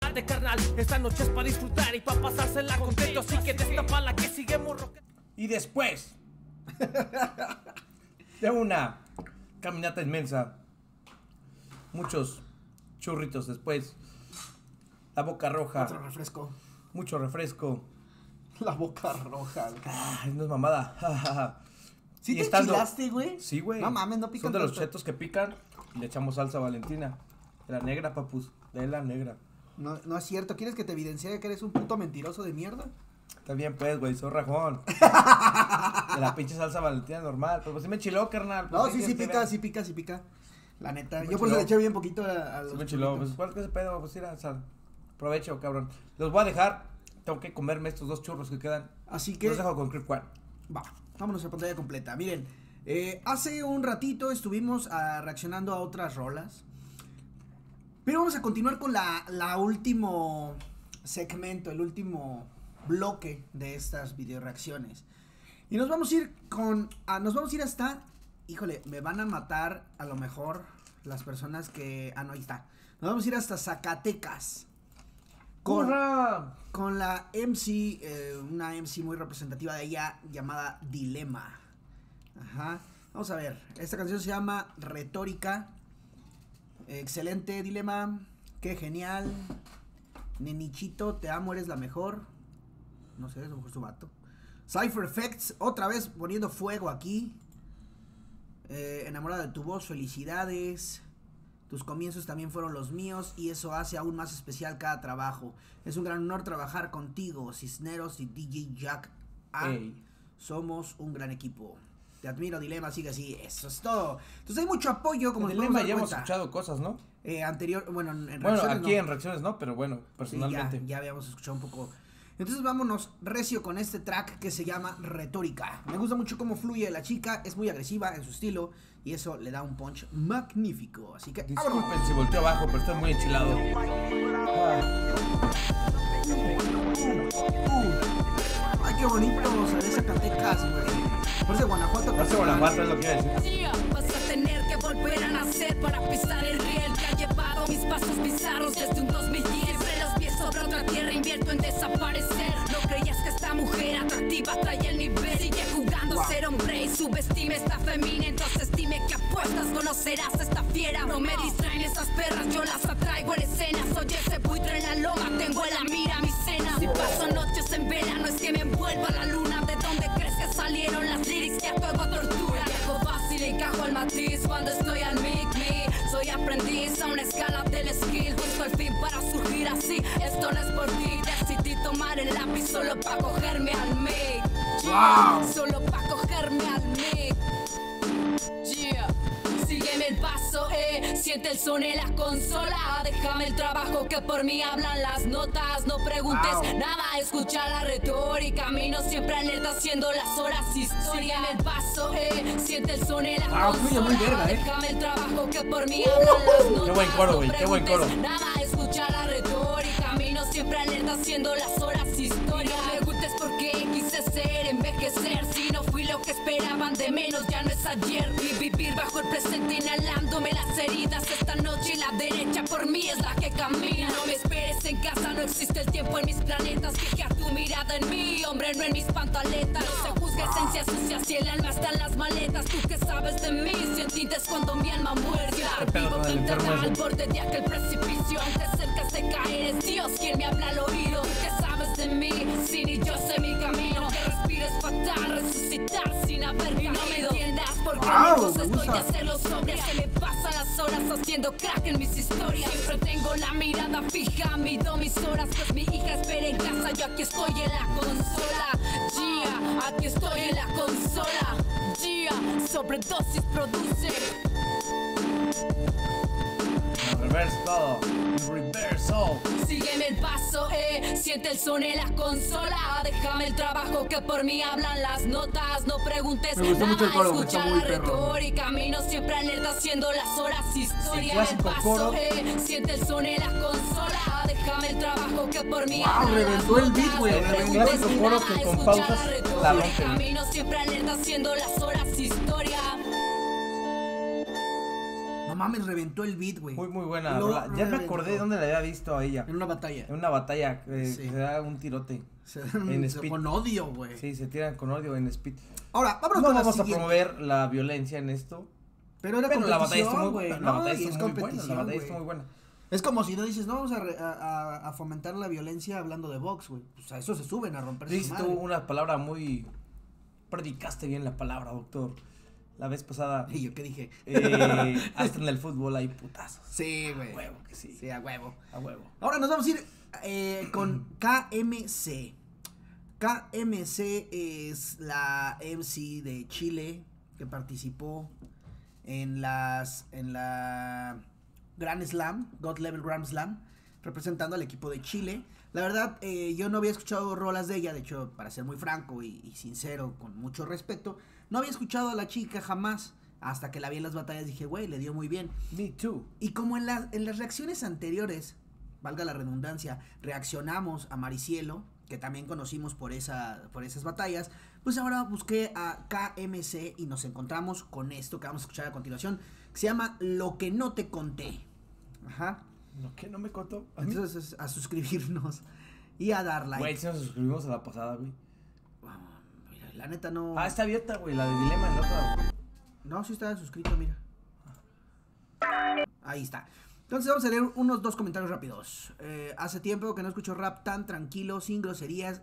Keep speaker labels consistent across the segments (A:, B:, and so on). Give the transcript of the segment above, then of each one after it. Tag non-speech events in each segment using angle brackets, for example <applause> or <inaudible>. A: tarde, carnal. Esta noche es para disfrutar y para pasársela contento. Así que destapa la que sigue, morro.
B: Y después <laughs> de una caminata inmensa, muchos churritos después, la boca
C: Otro
B: roja,
C: refresco. <laughs>
B: mucho refresco.
C: La boca roja, güey.
B: Ay, no es mamada.
C: <laughs> ¿Sí
B: Y
C: te
B: estando-
C: enchilaste, güey?
B: Sí, güey.
C: No mames, no
B: Son
C: pican
B: de los
C: tanto.
B: chetos que pican y le echamos salsa valentina. De la negra, papus. De la negra.
C: No, no es cierto. ¿Quieres que te evidencie que eres un puto mentiroso de mierda?
B: También pues, güey, soy
C: <laughs>
B: rajón. De la pinche salsa valentina normal. Pero pues sí me enchiló, carnal.
C: No,
B: Pues,
C: sí, sí
B: que-
C: pica, sí pica, sí pica. La neta.
B: Sí me
C: Yo por
B: enchiló.
C: eso le eché bien poquito a, a los
B: Sí me enchiló. Pues
C: churritos.
B: ¿cuál es ese pedo? Pues ir a sal. Provecho, cabrón. Los voy a dejar. Tengo que comerme estos dos churros que quedan.
C: Así que.
B: Los dejo con Crip One.
C: Va, vámonos a pantalla completa. Miren, eh, hace un ratito estuvimos ah, reaccionando a otras rolas. Pero vamos a continuar con la, la último segmento, el último bloque de estas videoreacciones. Y nos vamos a ir con. ah, nos vamos a ir hasta. Híjole, me van a matar a lo mejor las personas que. Ah, no, ahí está. Nos vamos a ir hasta Zacatecas. Con,
B: ¡Hurra!
C: con la MC, eh, una MC muy representativa de ella llamada Dilema. Ajá. Vamos a ver. Esta canción se llama Retórica. Excelente, Dilema. Qué genial. Nenichito, te amo, eres la mejor. No sé, a lo mejor su vato. Cypher Effects, otra vez poniendo fuego aquí. Eh, enamorada de tu voz, felicidades. Tus comienzos también fueron los míos y eso hace aún más especial cada trabajo. Es un gran honor trabajar contigo, Cisneros y DJ Jack. A.
B: Ey.
C: Somos un gran equipo. Te admiro, Dilema, sigue así. Eso es todo. Entonces hay mucho apoyo, como
B: Como
C: nos
B: dilema
C: podemos dar
B: ya hemos
C: cuenta.
B: escuchado cosas, ¿no?
C: Eh, anterior, bueno, en, en
B: Bueno,
C: reacciones
B: aquí
C: no.
B: en reacciones no, pero bueno,
C: Sí, ya,
B: personalmente.
C: ya habíamos escuchado un poco. Entonces vámonos recio con este track que se llama Retórica. Me gusta mucho cómo fluye la chica, es muy agresiva en su estilo y eso le da un punch magnífico. Así que vámonos.
B: Disculpen si volteo abajo, pero estoy muy enchilado.
C: pues. Ay, qué bonito, o sea, de Zacatecas, güey. Parece Guanajuato.
B: No sé, Guanajuato es lo que iba a decir.
D: día Vas a tener que volver a nacer para pisar el riel que ha llevado mis pasos bizarros desde un 2010. Siempre los pies sobre otra tierra invierto en desaparecer. No creías que esta mujer atractiva traía el nivel. Sigue jugando a ser hombre y subestime esta femina. Entonces dime que apuestas, conocerás a esta fiera. No me distraen esas perras, yo las atraigo en escena. Soy ese buitre en la loma, tengo en la mira mi cena. Si paso noches en vela, no es que me envuelva la luna. ¿De dónde crees que salieron las lyrics que a fuego tortura? Dejo fácil y cajo al matiz cuando estoy al mic me. Soy aprendiz a una escala del skill. Busco el fin para surgir así. Esto no es por ti. Decidí tomar el lápiz solo para cogerme al mic. Yeah, Solo para cogerme al mic. Yeah. Sígueme el paso, eh. Siente el son en la consola. Déjame el trabajo que por mí hablan las notas. No preguntes nada, escucha la retórica. Camino siempre alerta haciendo las horas historia. Sígueme el paso, eh. Siente el son en la
C: Ah, fluye
D: consola.
C: muy verga, eh.
D: Déjame el trabajo que por mí hablan las notas.
B: Qué buen coro,
D: No
B: güey, qué buen
D: preguntes
B: coro.
D: Nada, escucha la retórica. Camino siempre alerta haciendo las horas historia. No me preguntes por qué quise ser, envejecer. Si no fui lo que esperaban de menos, ya no es ayer. Y vivir bajo el presente, inhalándome las heridas. Esta noche la derecha por mí es la que camina. No me esperes en casa, no existe el tiempo en mis planetas. Fija tu mirada en mí, hombre, no en mis pantaletas. No se juzga esencia sucia si el alma está en las maletas. Tú que sabes de mí, si entiendes cuando mi alma muerde.
B: Qué pedo
D: Vivo
B: con el
D: tentada
B: enfermo ese.
D: al borde de aquel precipicio Antes cerca de caer es Dios quien me habla al oído ¿Qué sabes de mí? Si ni yo sé mi camino Que respires fatal, resucitar sin haber caído No me entiendas porque
C: Wow,
D: amigos
C: me
D: estoy
C: gusta.
D: de hacerlo sobre Se me pasan las horas haciendo crack en mis historias Siempre tengo la mirada fija, mido mis horas Pues mi hija espera en casa, yo aquí estoy en la consola Yeah, aquí estoy en la consola Yeah, sobredosis produce
B: Reverse todo. Reverso.
D: Sígueme el paso, eh. Siente el son en la consola. Déjame el trabajo que por mí hablan las notas. No preguntes
C: Me gustó
D: nada.
C: mucho el coro,
D: escucha
C: está
D: la
C: muy perro.
D: retórica. Camino siempre alerta haciendo las horas
B: Sí,
D: historia. el
B: clásico
D: paso,
B: coro.
D: eh. Siente el son en la consola. Déjame el trabajo que por mí
C: Wow,
D: hablan las
C: reventó el beat,
D: notas.
C: güey,
D: No
C: reventó el
D: preguntes
B: clásico coro
D: nada,
B: que con
D: escucha
B: pausas la
D: retórica.
B: rompe, güey.
D: Camino siempre alerta haciendo las horas historia.
C: No mames, reventó el beat, güey.
B: Muy, muy buena.
C: Lo
B: rola. Ya me
C: reventó.
B: acordé de dónde la había visto a ella.
C: En una batalla.
B: En una batalla, eh,
C: Sí.
B: que se da un tirote.
C: <laughs> Se-
B: en
C: se-
B: Speed.
C: con odio, güey.
B: Sí, se tiran con odio en speed.
C: Ahora, vámonos
B: No
C: con la
B: vamos a
C: siguiente.
B: promover la violencia en esto.
C: Pero era
B: Pero la batalla
C: competición,
B: estuvo muy,
C: güey.
B: la
C: no,
B: batalla
C: y
B: estuvo
C: es
B: muy buena. La
C: competición,
B: batalla
C: güey.
B: estuvo muy buena.
C: Es como si no dices, no vamos a, re- a- a- a fomentar la violencia hablando de box, güey. Pues a eso se suben a romper su
B: Dices tú
C: madre.
B: una palabra muy. Predicaste bien la palabra, doctor. La vez pasada.
C: Y yo qué dije. <laughs>
B: eh, hasta en el fútbol hay putazos.
C: Sí, güey.
B: A huevo que sí.
C: Sí, a huevo.
B: A huevo.
C: Ahora nos vamos a ir eh, con KMC. KMC es la MC de Chile que participó en las en la Grand Slam, God Level Grand Slam, representando al equipo de Chile. La verdad, eh, yo no había escuchado rolas de ella, de hecho, para ser muy franco y, y sincero, con mucho respeto, no había escuchado a la chica jamás. Hasta que la vi en las batallas dije, güey, le dio muy bien.
B: Me too.
C: Y como en, la- en las reacciones anteriores, valga la redundancia, reaccionamos a Maricielo, que también conocimos por, esa, por esas batallas, pues ahora busqué a KMC y nos encontramos con esto que vamos a escuchar a continuación, que se llama Lo que no te conté. Ajá.
B: ¿No qué? ¿No me contó? A mí-
C: Entonces, a suscribirnos y a dar like.
B: Güey, si nos suscribimos a la pasada, güey.
C: Ah, mira, la neta no...
B: Ah, está abierta, güey, la de Dilema en otra.
C: No, sí está suscrito, mira. Ahí está. Entonces vamos a leer unos dos comentarios rápidos. Eh, hace tiempo que no escucho rap tan tranquilo, sin groserías.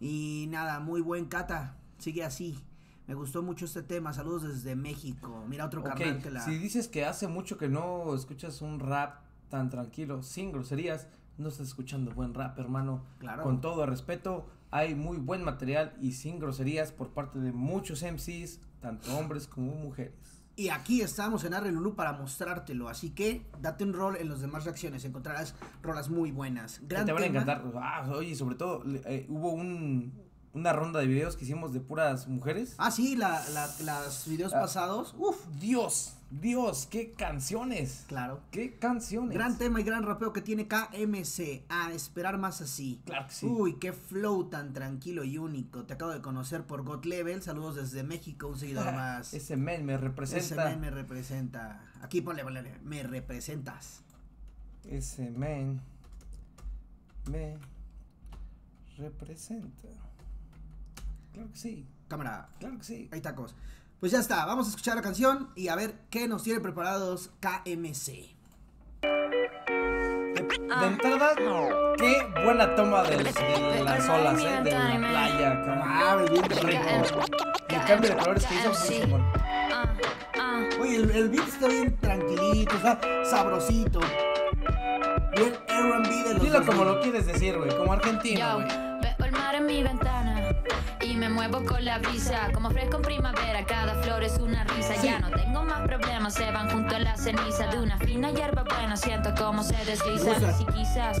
C: Y nada, muy buen cata. Sigue así. Me gustó mucho este tema. Saludos desde México. Mira otro carnal que
B: Ok,
C: la...
B: si dices que hace mucho que no escuchas un rap tan tranquilo, sin groserías, no estás escuchando buen rap, hermano.
C: Claro.
B: Con todo respeto, hay muy buen material y sin groserías por parte de muchos MCs, tanto hombres como mujeres.
C: Y aquí estamos en Arrelulu para mostrártelo. Así que date un rol en las demás reacciones. Encontrarás rolas muy buenas.
B: Que
C: Gran
B: te van a
C: tema.
B: encantar. Ah, oye, sobre todo, le- eh, hubo un, una ronda de videos que hicimos de puras mujeres.
C: Ah, sí, la, la- las videos
B: Ah.
C: pasados. Uh, Uf,
B: Dios, Dios, qué canciones.
C: claro.
B: Qué canciones.
C: Gran tema y gran rapeo que tiene KMC. A esperar más así.
B: Claro que sí.
C: Uy, qué flow tan tranquilo y único. Te acabo de conocer por God Level. Saludos desde México, un seguidor
B: <laughs>
C: más.
B: Ese men me
C: Ese
B: representa.
C: men me representa. Aquí ponle, ponle, me representas.
B: Ese men me representa. Claro que sí,
C: Cámara,
B: claro que sí.
C: hay tacos. Pues ya está, vamos a escuchar la canción y a ver qué nos tiene preparados KMC.
B: De entrada, qué buena toma de, de las olas, eh, de la playa. cabrón.
C: Mames, bien
B: Qué
C: rico.
B: rico. Y el cambio de colores que hizo muy chingón.
E: Ah,
C: Oye, el, el beat está bien tranquilito, está sabrosito. Bien R&B de los
B: Dilo como
C: 2000.
B: lo quieres decir, güey, como argentino,
E: Yo
B: güey.
E: veo el mar en mi ventana y me muevo con la brisa. Como fresco en primavera, cada flor es una risa. Ya no tengo más problemas, se van junto a la ceniza de una fina hierba buena. Siento cómo se
C: Usa.
E: desliza. Si quizás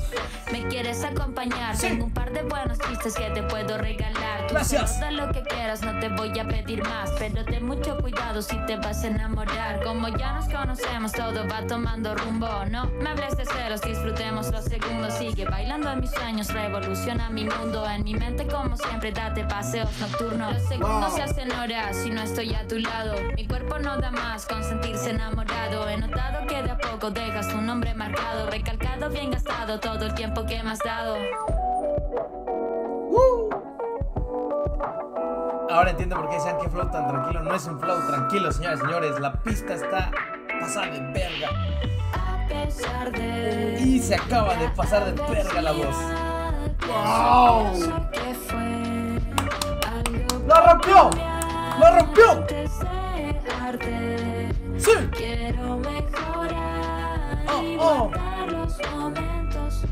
E: me quieres acompañar, tengo un par de buenos chistes que te puedo regalar. Tú
B: Gracias.
E: solo da lo que quieras, no te voy a pedir más. Pero ten mucho cuidado si te vas a enamorar. Como ya nos conocemos, todo va tomando rumbo. No me hables de celos, disfrutemos los segundos. Sigue bailando en mis sueños, revoluciona mi mundo. En mi mente, como siempre, date paseos nocturnos. Los segundos
C: Wow.
E: se hacen horas si no estoy a tu lado. Mi cuerpo no da más con sentirse enamorado. He notado que de a poco dejas un nombre marcado. Recalcado, bien gastado, todo el tiempo que me has dado.
B: Ahora entiendo por qué decían que flow tan tranquilo. No es un flow tranquilo, señores, señores. La pista está pasada de verga.
E: A pesar de.
B: Y se acaba de pasar de verga la voz. Oh.
E: ¡Wow!
B: ¡Lo rompió! ¡Lo rompió! ¡Sí!
E: Quiero mejorar
B: Oh,
E: y
B: oh.
E: guardar los momentos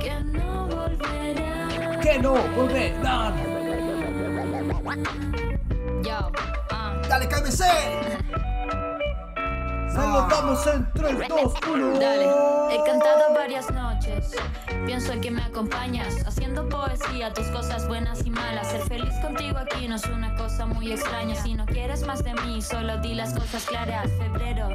E: que no volverán.
B: ¡Que no! ¡Volverán!
E: Yo, ah,
C: ¡Dale, KMC!
B: ¡Se lo damos en 3, 2, 1!
E: dale. He cantado varias noches. Pienso en que me acompañas haciendo poesía, tus cosas buenas y malas. Ser feliz contigo aquí no es una cosa muy extraña. Si no quieres más de mí, solo di las cosas claras. Febrero,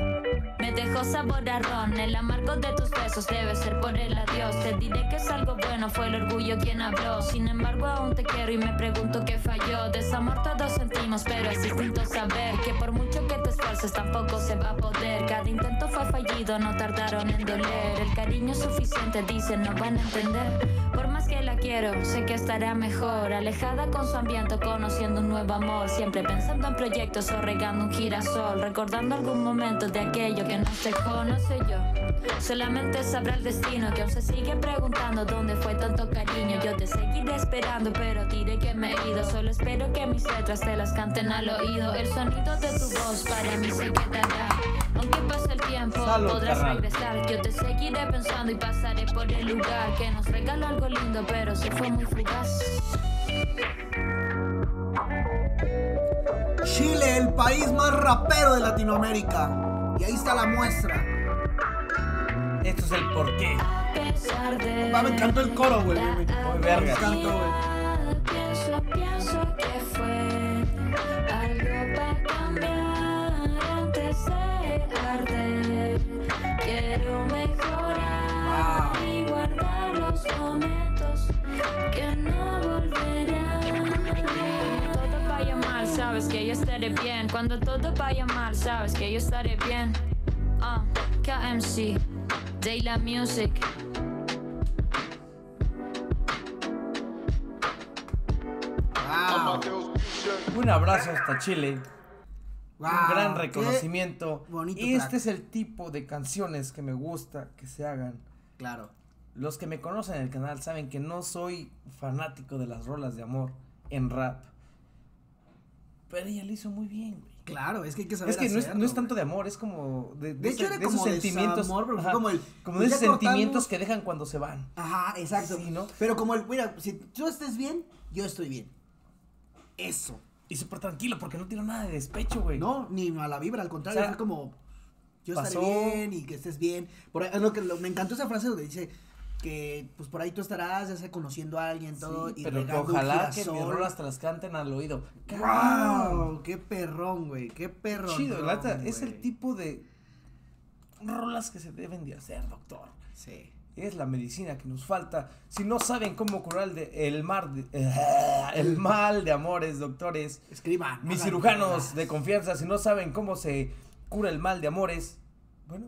E: Me dejó sabor a ron, el amargo de tus besos debe ser por el adiós. Te diré que es algo bueno, fue el orgullo quien habló. Sin embargo, aún te quiero y me pregunto qué falló. Desamor todos sentimos, pero es distinto saber que por mucho que te esfuerces tampoco se va a poder. Cada intento fue fallido, no tardaron en doler. El cariño suficiente, dicen, no van a entender. Por más que la quiero, sé que estará mejor. Alejada con su ambiente, conociendo un nuevo amor. Siempre pensando en proyectos o regando un girasol. Recordando algún momento de aquello que nos dejó, no sé yo. Solamente sabrá el destino que aún se sigue preguntando dónde fue tanto cariño. Yo te seguiré esperando, pero diré que me he ido. Solo espero que mis letras te las canten al oído. El sonido de tu voz para mí se quedará. Aunque pase el tiempo,
B: Salud,
E: podrás
B: carnal.
E: regresar regresar. Yo te seguiré pensando y pasaré por el lugar que nos regaló algo lindo, pero se fue muy fugaz.
C: Chile, el país más rapero de Latinoamérica. Y ahí está la muestra.
B: Esto es el porqué.
E: A pesar de.
C: Va, me encantó el coro, güey. Me- me-
E: la
B: Muy vergas.
C: encantó, güey.
E: Pienso, pienso que fue algo para cambiar antes de arder. Quiero mejorar
C: Wow.
E: y guardar los momentos que no volverán. Todo vaya mal, sabes que yo estaré bien. Cuando todo vaya mal, sabes que yo estaré bien. Ah, KMC, Dayla Music.
C: Wow.
B: Un abrazo hasta Chile.
C: Wow,
B: un gran
C: qué
B: reconocimiento.
C: bonito
B: este
C: track.
B: es el tipo de canciones que me gusta que se hagan.
C: Claro.
B: Los que me conocen en el canal saben que no soy fanático de las rolas de amor en rap. Pero ella lo hizo muy bien, güey.
C: Claro, es que hay que saber
B: Es que no es,
C: hacerlo,
B: no es
C: güey.
B: tanto de amor, es como de,
C: De hecho,
B: ese-
C: era como desamor, pero fue como el,
B: como de
C: pues ya
B: esos sentimientos
C: cortamos.
B: que dejan cuando se van.
C: Ajá, exacto.
B: Sí, ¿no?
C: Pero como el, mira, si tú estés bien, yo estoy bien. Eso.
B: Y súper tranquilo porque no tiró nada de despecho, güey.
C: No, ni mala vibra, al contrario,
B: O sea,
C: fue como yo estaré
B: pasó.
C: bien y que estés bien. Por ahí- es lo que lo- me encantó esa frase donde dice que pues por ahí tú estarás ya sea conociendo a alguien todo
B: Sí,
C: y
B: pero que
C: regando un
B: ojalá que mis
C: girasol.
B: rolas te las canten al oído.
C: ¡Wow! ¡Qué perrón, güey! ¡Qué perrón!
B: Chido, la neta, es el
C: güey.
B: tipo de rolas que se deben de hacer, doctor.
C: Sí.
B: Es la medicina que nos falta. Si no saben cómo curar el, de- el mar de- <laughs> el mal de amores, doctores,
C: Escriban.
B: mis
C: hagan
B: cirujanos
C: cosas.
B: de confianza, si no saben cómo se cura el mal de amores, bueno,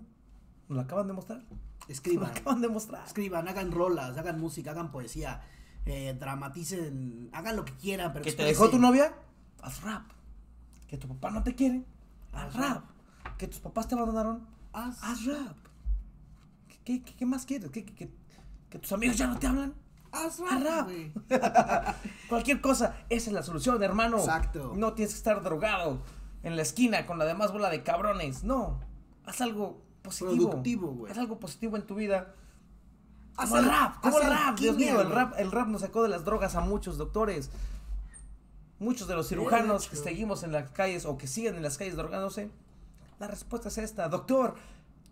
B: nos lo acaban de mostrar. Nos lo
C: Escriban.
B: acaban de mostrar.
C: Escriban, hagan rolas, hagan música, hagan poesía, eh, dramaticen, hagan lo que quieran, pero
B: ¿Que te
C: expresen.
B: dejó tu novia? Haz rap. ¿Que tu papá no te quiere? Haz rap. ¿Que tus papás te abandonaron?
C: Haz-
B: Haz rap. ¿Qué, qué- qué más quieres? ¿Que, que, que- que tus amigos ya no te hablan?
C: Haz
B: Haz
C: rap,
B: rap.
C: güey.
B: Cualquier cosa, esa es la solución, hermano.
C: Exacto.
B: No tienes que estar drogado en la esquina con la demás bola de cabrones. No. Haz algo positivo.
C: Productivo, güey.
B: Haz algo positivo en tu vida.
C: Haz
B: Como el
C: al-
B: rap, como
C: haz
B: el rap, Dios
C: alquimia,
B: mío, el
C: güey.
B: rap, el rap nos sacó de las drogas a muchos doctores. Muchos de los cirujanos que
C: hecho.
B: seguimos en las calles o que siguen en las calles drogándose, la respuesta es esta, doctor.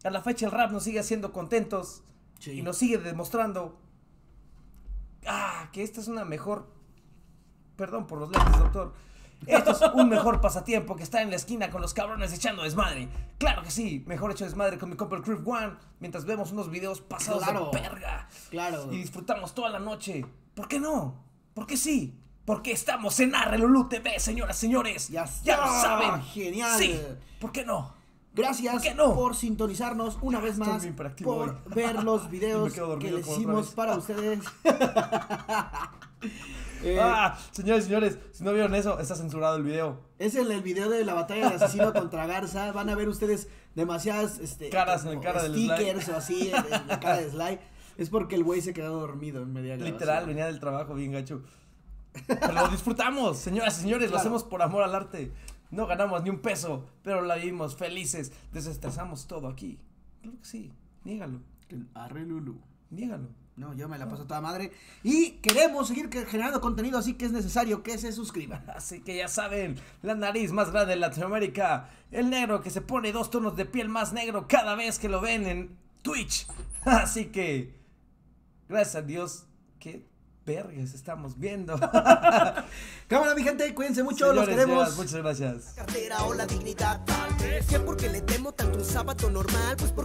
B: A la fecha el rap nos sigue haciendo contentos
C: Sí.
B: y nos sigue demostrando ah, que esta es una mejor, perdón por los lentes, doctor. Esto es un mejor pasatiempo que estar en la esquina con los cabrones echando desmadre. Claro que sí, mejor hecho desmadre con mi compa el Creep One mientras vemos unos videos pasados
C: Claro.
B: de verga.
C: Claro.
B: Y disfrutamos toda la noche. ¿Por qué no? ¿Por qué sí? Porque estamos en Arrelolú TV, señoras, señores.
C: Ya
B: lo
C: está,
B: saben.
C: genial.
B: Sí. ¿Por qué no?
C: Gracias
B: ¿Por qué no?
C: por sintonizarnos una vez
B: Estoy
C: más,
B: muy hiperactivo
C: por
B: hoy.
C: ver
B: <laughs>
C: los
B: Y
C: videos
B: me quedo
C: que
B: dormido
C: les
B: como otra
C: hicimos
B: vez.
C: para
B: <laughs>
C: ustedes. Eh,
B: Ah, señores, señores, si no vieron eso, está censurado el video.
C: Es el, el video de la batalla del
B: <laughs>
C: asesino contra Garza. Van a ver ustedes demasiadas este,
B: Caras en la cara del
C: stickers
B: Sly.
C: o así en, en la cara de Sly. Es porque el güey se quedó dormido en media grabación.
B: Literal, venía del trabajo bien gacho. Pero lo disfrutamos, señoras y señores, lo
C: Claro.
B: hacemos por amor al arte. No ganamos ni un peso, pero la vivimos felices. Desestresamos todo aquí. Claro que sí, niégalo,
C: Arre Lulu.
B: niégalo.
C: No, yo me la paso toda madre. Y queremos seguir que- generando contenido, así que es necesario que se suscriban.
B: Así que ya saben, la nariz más grande de Latinoamérica, el negro que se pone dos tonos de piel más negro cada vez que lo <laughs> ven en Twitch. Así que, gracias a Dios que vergas estamos
C: <laughs>
B: viendo?
C: Cámara, mi gente, cuídense mucho,
B: Señores,
C: los queremos.
B: señoras, Muchas gracias.
F: cartera o la dignidad tal vez. ¿Qué porque le temo tanto un sábado normal? Pues porque